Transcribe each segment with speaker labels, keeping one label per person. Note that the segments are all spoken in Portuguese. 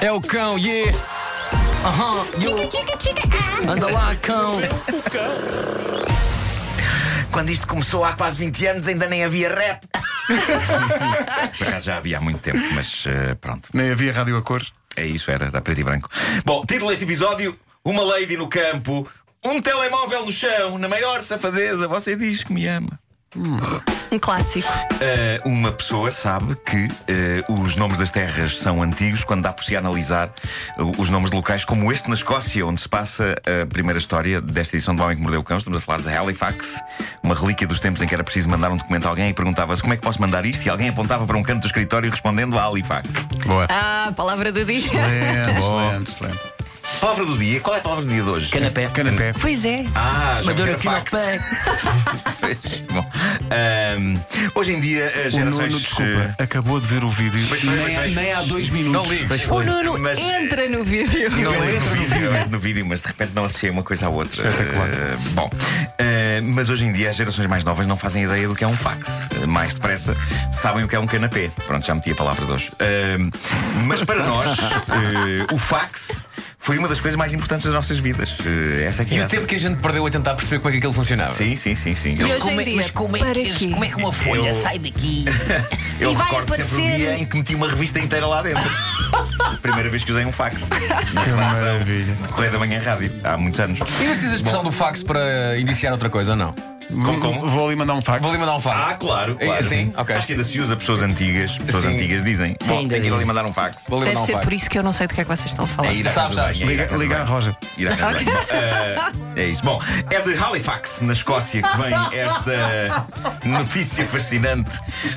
Speaker 1: É o cão, yeah! Aham, yo.
Speaker 2: Chica, chica, ah.
Speaker 1: Anda lá, cão!
Speaker 3: Quando isto começou há quase 20 anos, ainda nem havia rap. Por acaso já havia há muito tempo, mas eh, pronto.
Speaker 4: Nem havia rádio a cores.
Speaker 3: É isso, era da preto e branco. Bom, título deste episódio: Uma Lady no Campo, um telemóvel no chão, na maior safadeza, você diz que me ama.
Speaker 5: Um clássico.
Speaker 3: Eh, uma pessoa sabe que eh, os nomes das terras são antigos quando dá por si a analisar eh, os nomes de locais, como este na Escócia, onde se passa a primeira história desta edição do Homem que Mordeu o Cão. Estamos a falar de Halifax, uma relíquia dos tempos em que era preciso mandar um documento a alguém e perguntava-se como é que posso mandar isto, e alguém apontava para um canto do escritório respondendo a Halifax.
Speaker 4: Boa.
Speaker 5: Ah, palavra do dia.
Speaker 3: é?
Speaker 4: É, Excelente, excelente, excelente.
Speaker 3: Palavra do dia, qual é a palavra do dia de hoje?
Speaker 1: Canapé.
Speaker 4: Canapé.
Speaker 5: Pois é.
Speaker 3: Ah, já
Speaker 1: Madura
Speaker 3: me
Speaker 1: aqui no
Speaker 3: fax.
Speaker 1: pé.
Speaker 3: Pois, bom. Ahm, hoje em dia as
Speaker 4: O
Speaker 3: gerações.
Speaker 4: Nuno,
Speaker 3: eh,
Speaker 4: desculpa, acabou de ver o vídeo.
Speaker 3: Pois, pois, pois, pois.
Speaker 1: Nem há É dois minutos. Não ligues.
Speaker 5: O Nuno
Speaker 3: Mas-
Speaker 5: entra no vídeo.
Speaker 3: Eu
Speaker 1: Não
Speaker 3: entro no vídeo, eu entro no vídeo, mas de repente não associei uma coisa à outra.
Speaker 4: Espetacular.
Speaker 3: Eh, bom, eh, mas hoje em dia as gerações mais novas não fazem ideia do que é um fax. Eh, mais depressa sabem o que é um canapé. Pronto, já meti a palavra de hoje. Eh, mas para nós, eh, o fax foi uma das coisas mais importantes das nossas vidas. Eh, essa é que é
Speaker 1: E o
Speaker 3: essa.
Speaker 1: tempo que a gente perdeu a tentar perceber como é que aquilo funcionava.
Speaker 3: Sim, sim, sim, sim.
Speaker 5: E
Speaker 3: Eu-
Speaker 5: hoje em dia, para quê?
Speaker 6: é- como é que uma folha
Speaker 3: Eu-
Speaker 6: sai daqui?
Speaker 3: Eu
Speaker 2: E vai
Speaker 3: recordo sempre o
Speaker 2: aparecer.
Speaker 3: dia em que meti uma revista inteira lá dentro. Primeira vez que usei um fax. Na redação
Speaker 4: maravilha.
Speaker 3: de Correio da Manhã Rádio, há muitos anos.
Speaker 1: E não precisas a expressão do fax para indiciar outra coisa, ou não?
Speaker 4: Vou-
Speaker 3: como?
Speaker 4: Vou ali mandar um fax.
Speaker 1: Vou ali mandar um fax.
Speaker 3: Ah, claro,
Speaker 1: É,
Speaker 3: claro.
Speaker 1: sim, ok.
Speaker 3: Acho que ainda se usa pessoas antigas. Pessoas
Speaker 1: Sim.
Speaker 3: antigas dizem.
Speaker 6: Sim,
Speaker 3: Bom,
Speaker 6: ainda
Speaker 3: tem que ir ali
Speaker 6: dizem.
Speaker 3: mandar um fax.
Speaker 1: Vou ali
Speaker 5: Deve
Speaker 1: mandar um
Speaker 5: ser
Speaker 1: fax.
Speaker 5: por isso que eu não sei do que é que vocês estão a falar.
Speaker 3: É ir à
Speaker 1: Sabes,
Speaker 3: casa do
Speaker 1: sabes.
Speaker 3: banho, é ir à
Speaker 4: Liga,
Speaker 3: casa do
Speaker 4: liga a
Speaker 3: banho.
Speaker 4: Roger.
Speaker 3: Ir à casa do banho. Eh, É isso. Bom, é de Halifax, na Escócia, que vem esta notícia fascinante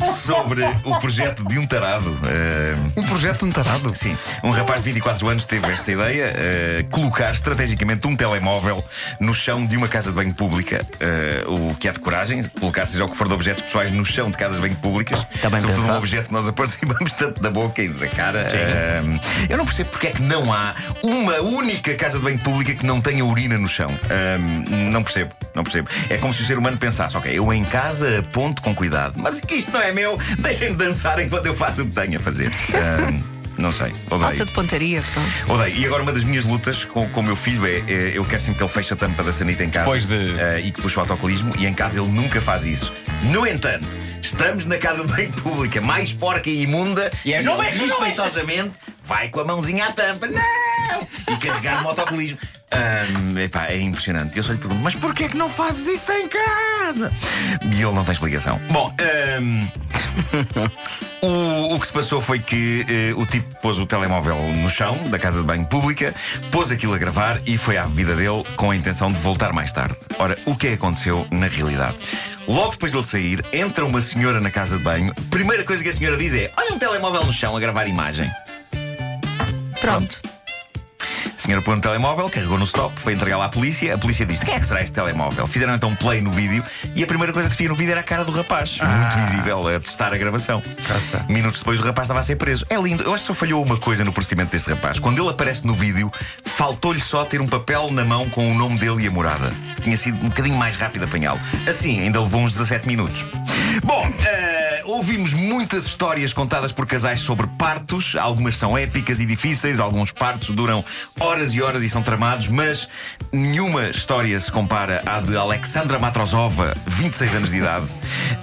Speaker 3: sobre o projeto de um tarado. Eh,
Speaker 4: Um projeto um tarado.
Speaker 3: Sim, um rapaz de 24 anos teve esta ideia: eh, colocar estrategicamente um telemóvel no chão de uma casa de banho pública. eh, o que é de coragem, colocar seja o que for de objetos pessoais no chão de casas de banho públicas.
Speaker 6: Está Tá bem
Speaker 3: Sobretudo um
Speaker 6: pensado.
Speaker 3: objeto que nós aproximamos tanto da boca e da cara. Eh, eu não percebo porque é que não há uma única casa de banho pública que não tenha urina no chão. Eh, não percebo, não percebo. É como se o ser humano pensasse: ok, eu em casa aponto com cuidado, mas que isto não é meu, deixem-me dançar enquanto eu faço o que tenho a fazer. Eh, Não sei,
Speaker 5: Falta
Speaker 3: odeio.
Speaker 5: de pontaria. pronto.
Speaker 3: Odeio. E agora uma das minhas lutas com, com o meu filho é, é, eu quero sempre que ele feche a tampa da sanita em casa
Speaker 1: Depois de-
Speaker 3: eh, e que puxe o autocolismo e em casa ele nunca faz isso. No entanto, estamos na casa de banho pública mais porca e imunda
Speaker 1: E é,
Speaker 3: ele
Speaker 1: "Não mexas, não mexas!"
Speaker 3: respeitosamente vai com a mãozinha à tampa. Não! E carregar no autocolismo. Ahm, epá, é impressionante. Eu só lhe pergunto, mas porquê é que não fazes isso em casa? E ele não tem explicação. Bom, ahm, o, o que se passou foi que eh, o tipo pôs o telemóvel no chão da casa de banho pública, pôs aquilo a gravar e foi à bebida dele com a intenção de voltar mais tarde. Ora, o que é que aconteceu na realidade? Logo depois dele sair, entra uma senhora na casa de banho. Primeira coisa que a senhora diz é: Olha um telemóvel no chão a gravar imagem.
Speaker 5: Pronto.
Speaker 3: A senhora pôs no telemóvel, carregou no stop, foi entregá-lo à polícia. A polícia diz: Quem é que será este telemóvel? Fizeram então um play no vídeo e a primeira coisa que se via no vídeo era a cara do rapaz, muito visível, a testar a gravação. Minutos depois, o rapaz estava a ser preso. É lindo. Eu acho que só falhou uma coisa no procedimento deste rapaz. Quando ele aparece no vídeo, faltou-lhe só ter um papel na mão com o nome dele e a morada. Tinha sido um bocadinho mais rápido apanhá-lo. Assim, ainda levou uns 17 minutos. Bom, eh, ouvimos muitas histórias contadas por casais sobre partos. Algumas são épicas e difíceis, alguns partos duram horas e horas e são tramados, mas nenhuma história se compara à de Alexandra Matrosova, 26 anos de idade.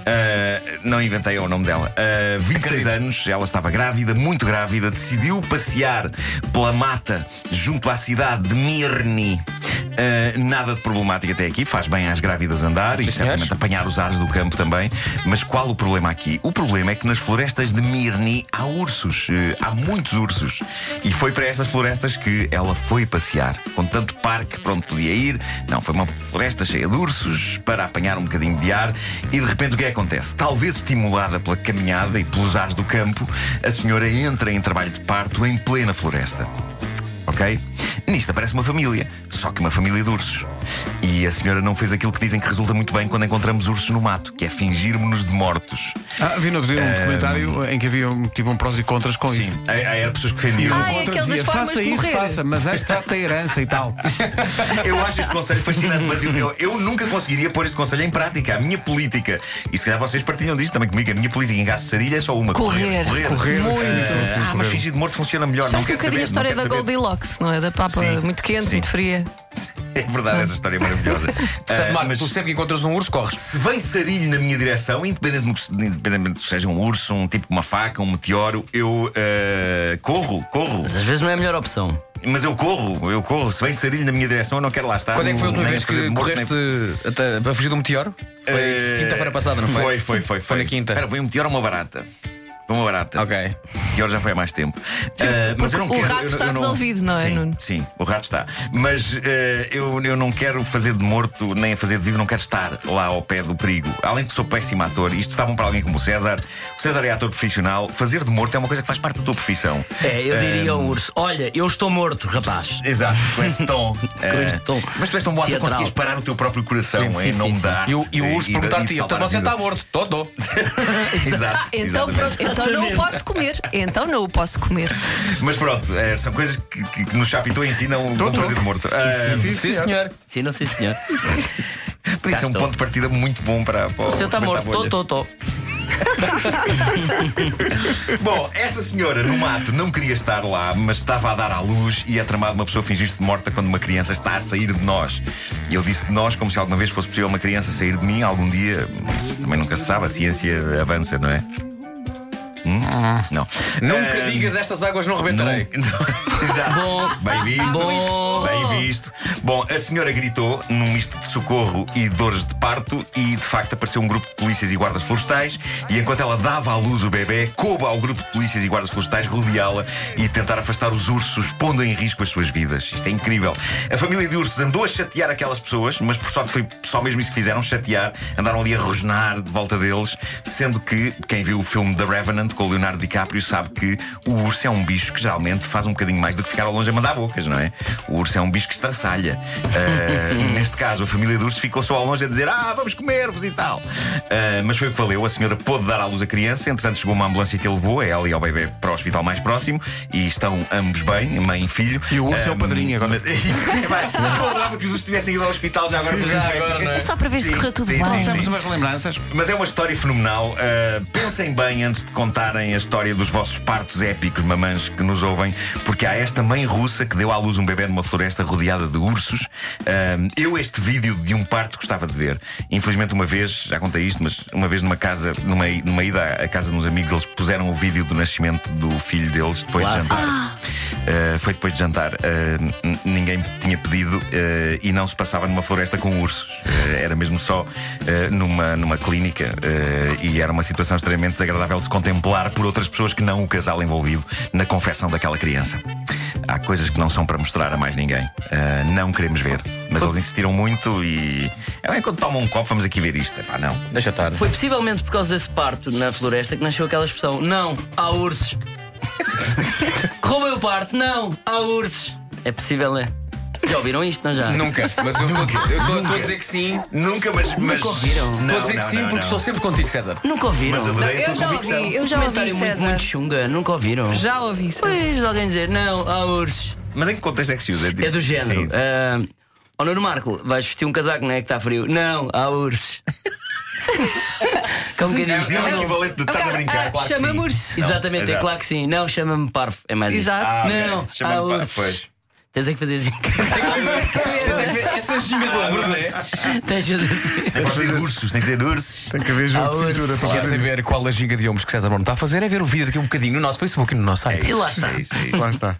Speaker 3: Eh, não inventei o nome dela. Eh, 26 anos, ela estava grávida, muito grávida, decidiu passear pela mata junto à cidade de Mirny. Eh, nada de problemático até aqui, faz bem às grávidas andar e certamente apanhar os ares do campo também. Mas qual o problema aqui? O problema é que nas florestas de Mirny há ursos, eh, há muitos ursos. E foi para estas florestas que ela foi passear. Com tanto parque para onde podia ir, não, foi uma floresta cheia de ursos para apanhar um bocadinho de ar. E de repente o que é que acontece? Talvez estimulada pela caminhada e pelos ares do campo, a senhora entra em trabalho de parto em plena floresta ok? Nisto aparece uma família, só que uma família de ursos. E a senhora não fez aquilo que dizem que resulta muito bem quando encontramos ursos no mato, que é fingirmos-nos de mortos.
Speaker 4: Ah, vi no outro dia um documentário em que havia um- tipo um prós e contras com isso.
Speaker 3: Sim, há, há pessoas que
Speaker 4: E o
Speaker 3: defendiam.
Speaker 5: Ah, é
Speaker 4: contra
Speaker 5: aqueles
Speaker 4: dizia,
Speaker 5: das formas
Speaker 4: faça
Speaker 5: de
Speaker 4: isso,
Speaker 5: morrer."
Speaker 4: faça, mas esta trata a herança e tal.
Speaker 3: Eu acho este conselho fascinante, mas eu- eu, eu nunca conseguiria pôr este conselho em prática. A minha política, e se calhar vocês partilham disto também comigo, a minha política em Caçarilha é só uma:
Speaker 5: Correr, correr, Muito.
Speaker 3: Ah,
Speaker 4: sim, sim,
Speaker 3: ah, mas
Speaker 4: correr.
Speaker 3: fingir de morto funciona melhor. Não
Speaker 5: Parece um
Speaker 3: quero
Speaker 5: bocadinho
Speaker 3: saber.
Speaker 5: a história
Speaker 3: não
Speaker 5: da
Speaker 3: quero saber.
Speaker 5: Goldilocks, não é? Da papa
Speaker 3: Sim,
Speaker 5: muito quente,
Speaker 3: sim.
Speaker 5: muito fria.
Speaker 3: É verdade, essa história é maravilhosa.
Speaker 1: Portanto,
Speaker 3: Ah,
Speaker 1: Marco,
Speaker 3: mas-
Speaker 1: tu sempre que encontras um urso, corres.
Speaker 3: se vem sarilho na minha direção, independentemente do que se- independentemente do que seja um urso, um tipo com uma faca, um meteoro, eu eh, corro, corro.
Speaker 2: Mas às vezes não é a melhor opção.
Speaker 3: Mas eu corro, eu corro. Se vem sarilho na minha direção, eu não quero lá estar.
Speaker 1: Quando é que foi a
Speaker 3: Ah, Nem
Speaker 1: última vez
Speaker 3: fazer
Speaker 1: que
Speaker 3: morto, nem-
Speaker 1: correste até- para fugir de um meteoro? Foi
Speaker 3: Eh,
Speaker 1: quinta-feira passada, não foi?
Speaker 3: Foi, foi, foi.
Speaker 1: Foi na quinta.
Speaker 3: Espera, foi um meteoro ou uma barata? Foi uma barata.
Speaker 1: Ok.
Speaker 3: O meteoro já foi há mais tempo. Ah, mas eu não
Speaker 5: o
Speaker 3: quero.
Speaker 5: rato
Speaker 3: eu-
Speaker 5: está
Speaker 3: eu não-
Speaker 5: resolvido, não é,
Speaker 3: Sim,
Speaker 5: Nuno?
Speaker 3: Sim, o rato está. Mas eh, eu, eu não quero fazer de morto nem a fazer de vivo, não quero estar lá ao pé do perigo. Além de que sou péssimo ator, isto está bom para alguém como o César. O César é ator profissional. Fazer de morto é uma coisa que faz parte da tua profissão.
Speaker 2: É, eu diria ao urso: olha, eu estou morto, rapaz.
Speaker 3: Exato, com esse tom. eh,
Speaker 2: este tom
Speaker 3: Mas tu és tão bom ator que
Speaker 2: teatral.
Speaker 3: consegues parar o teu próprio coração
Speaker 2: Sim, sim,
Speaker 3: em nome
Speaker 2: sim,
Speaker 3: da arte.
Speaker 1: E o, e o urso
Speaker 3: da-
Speaker 1: perguntar-te:
Speaker 3: de
Speaker 1: então
Speaker 3: salvar a
Speaker 1: você
Speaker 3: vida."
Speaker 1: está morto? Tô, tô.
Speaker 3: Exato.
Speaker 5: Então,
Speaker 3: exatamente.
Speaker 5: pronto, então não o posso comer. Então não o posso comer.
Speaker 3: Mas pronto, eh, são coisas que, que, que nos Chapitão ensinam como
Speaker 4: tô.
Speaker 3: fazer de morto. Eh,
Speaker 4: Sim,
Speaker 1: Sim,
Speaker 4: senhor.
Speaker 1: senhor.
Speaker 2: Sim, não sei, senhor.
Speaker 3: Podia ser um
Speaker 2: Cá estou.
Speaker 3: ponto de partida muito bom para, para
Speaker 2: O senhor está
Speaker 3: para
Speaker 2: morto,
Speaker 3: bolha.
Speaker 2: tô, tô, tô.
Speaker 3: Bom, esta senhora no mato não queria estar lá, mas estava a dar à luz e é tramado uma pessoa fingir-se de morta quando uma criança está a sair de nós. E eu disse de nós como se alguma vez fosse possível uma criança sair de mim algum dia. mas Também nunca se sabe, a ciência avança, não é? Hum? Não.
Speaker 1: Nunca
Speaker 3: Eh,
Speaker 1: digas estas águas não rebentarei.
Speaker 3: Não- Exato.
Speaker 2: Então, Bom.
Speaker 3: Bem visto.
Speaker 2: Bom.
Speaker 3: Bem visto. Bom, a senhora gritou num misto de socorro e dores de parto e de facto apareceu um grupo de polícias e guardas florestais e enquanto ela dava à luz o bebê, coube ao grupo de polícias e guardas florestais rodeá-la e tentar afastar os ursos, pondo em risco as suas vidas. Isto é incrível. A família de ursos andou a chatear aquelas pessoas, mas por sorte foi só mesmo isso que fizeram, chatear, andaram ali a rosnar de volta deles, sendo que quem viu o filme The Revenant com o Leonardo DiCaprio sabe que o urso é um bicho que geralmente faz um bocadinho mais do que ficar ao longe a mandar bocas, não é? O urso é um bicho que estraçalha. Ah, neste caso, a família do urso ficou só ao longe a dizer ah, vamos comer-vos e tal. Ah, mas foi o que valeu, a senhora pôde dar à luz a criança, entretanto chegou uma ambulância que a levou, ela e ao bebê, para o hospital mais próximo e estão ambos bem, mãe e filho.
Speaker 4: E o urso é o
Speaker 3: Ah,
Speaker 4: padrinho agora.
Speaker 3: é, Eu adorava que os ursos tivessem ido ao hospital já agora.
Speaker 1: Sim,
Speaker 3: para
Speaker 1: já
Speaker 3: saber-
Speaker 1: agora, não é?
Speaker 5: Só para ver se
Speaker 3: Sim,
Speaker 5: correu tudo
Speaker 3: sim,
Speaker 5: bem.
Speaker 3: sim, sim.
Speaker 4: Temos umas lembranças.
Speaker 3: Mas é uma história fenomenal. Uh, pensem bem antes de contarem a história dos vossos partos épicos, mamãs que nos ouvem, porque há esta mãe russa que deu à luz um bebê numa floresta rodeada de ursos. Uh, eu este vídeo de um parto gostava de ver. Infelizmente, uma vez, já contei isto, mas uma vez numa casa, numa, numa ida à casa de uns amigos, eles puseram o vídeo do nascimento do filho deles depois
Speaker 2: Lá,
Speaker 3: de
Speaker 2: sim.
Speaker 3: jantar. Uh, foi depois de jantar. Uh, n- ninguém tinha pedido uh, e não se passava numa floresta com ursos. Uh, era mesmo só uh, numa, numa clínica uh, e era uma situação extremamente desagradável de se contemplar por outras pessoas que não o casal envolvido na confecção daquela criança. Há coisas que não são para mostrar a mais ninguém. Uh, não queremos ver. Mas eles insistiram muito e. É bem, quando tomam um copo, vamos aqui ver isto. Epá, não.
Speaker 1: Deixa estar.
Speaker 2: Foi possivelmente por causa desse parto na floresta que nasceu aquela expressão: não, há ursos. Roubei o parto, não, há ursos. É possível, é? Já ouviram isto, não
Speaker 3: Ah.
Speaker 2: já?
Speaker 1: Nunca. Mas eu estou a dizer que sim.
Speaker 3: Nunca, mas. mas...
Speaker 2: Nunca ouviram?
Speaker 1: Estou a dizer que sim porque
Speaker 3: não.
Speaker 1: estou sempre contigo, César.
Speaker 2: Nunca ouviram?
Speaker 3: Mas adorei a
Speaker 5: Eu
Speaker 3: tua
Speaker 5: já
Speaker 3: convicção.
Speaker 5: ouvi, eu já ouvi,
Speaker 2: Comentário muito,
Speaker 5: César.
Speaker 2: muito chunga, nunca ouviram?
Speaker 5: Já ouvi, César.
Speaker 2: Pois, de alguém dizer: não, há ursos.
Speaker 3: Mas em que contexto é que se usa?
Speaker 2: É
Speaker 3: Sim.
Speaker 2: do género. ah, Ó Nuno Marco, vais vestir um casaco, não é que está frio? Não, há ursos. Como que diz?
Speaker 3: É o
Speaker 2: Não, não.
Speaker 3: equivalente de estás a brincar.
Speaker 5: Ah,
Speaker 3: claro que sim.
Speaker 5: Chama-me urso.
Speaker 2: Exatamente, é
Speaker 3: exato.
Speaker 2: claro que sim. Não, chama-me parvo. É mais
Speaker 5: Exato.
Speaker 2: Isso.
Speaker 3: Ah, ok.
Speaker 2: não, há
Speaker 3: Chama-me pa-
Speaker 2: ursos.
Speaker 3: Pois.
Speaker 2: Tens é que fazer assim.
Speaker 1: Essa ginga do Ambros é.
Speaker 2: Tens que fazer assim.
Speaker 3: É para dizer ursos, tem que dizer ursos.
Speaker 4: Tem que haver
Speaker 2: Ah,
Speaker 4: jogo de
Speaker 2: hoje.
Speaker 4: cintura
Speaker 1: Se
Speaker 4: para
Speaker 1: quer
Speaker 4: fazer.
Speaker 1: saber qual a ginga de ombros que César Bruno está a fazer, é ver o vídeo daqui um bocadinho no nosso Facebook e no nosso
Speaker 3: É
Speaker 1: site.
Speaker 3: isso,
Speaker 2: lá está.
Speaker 3: é isso, é isso.
Speaker 4: Lá está.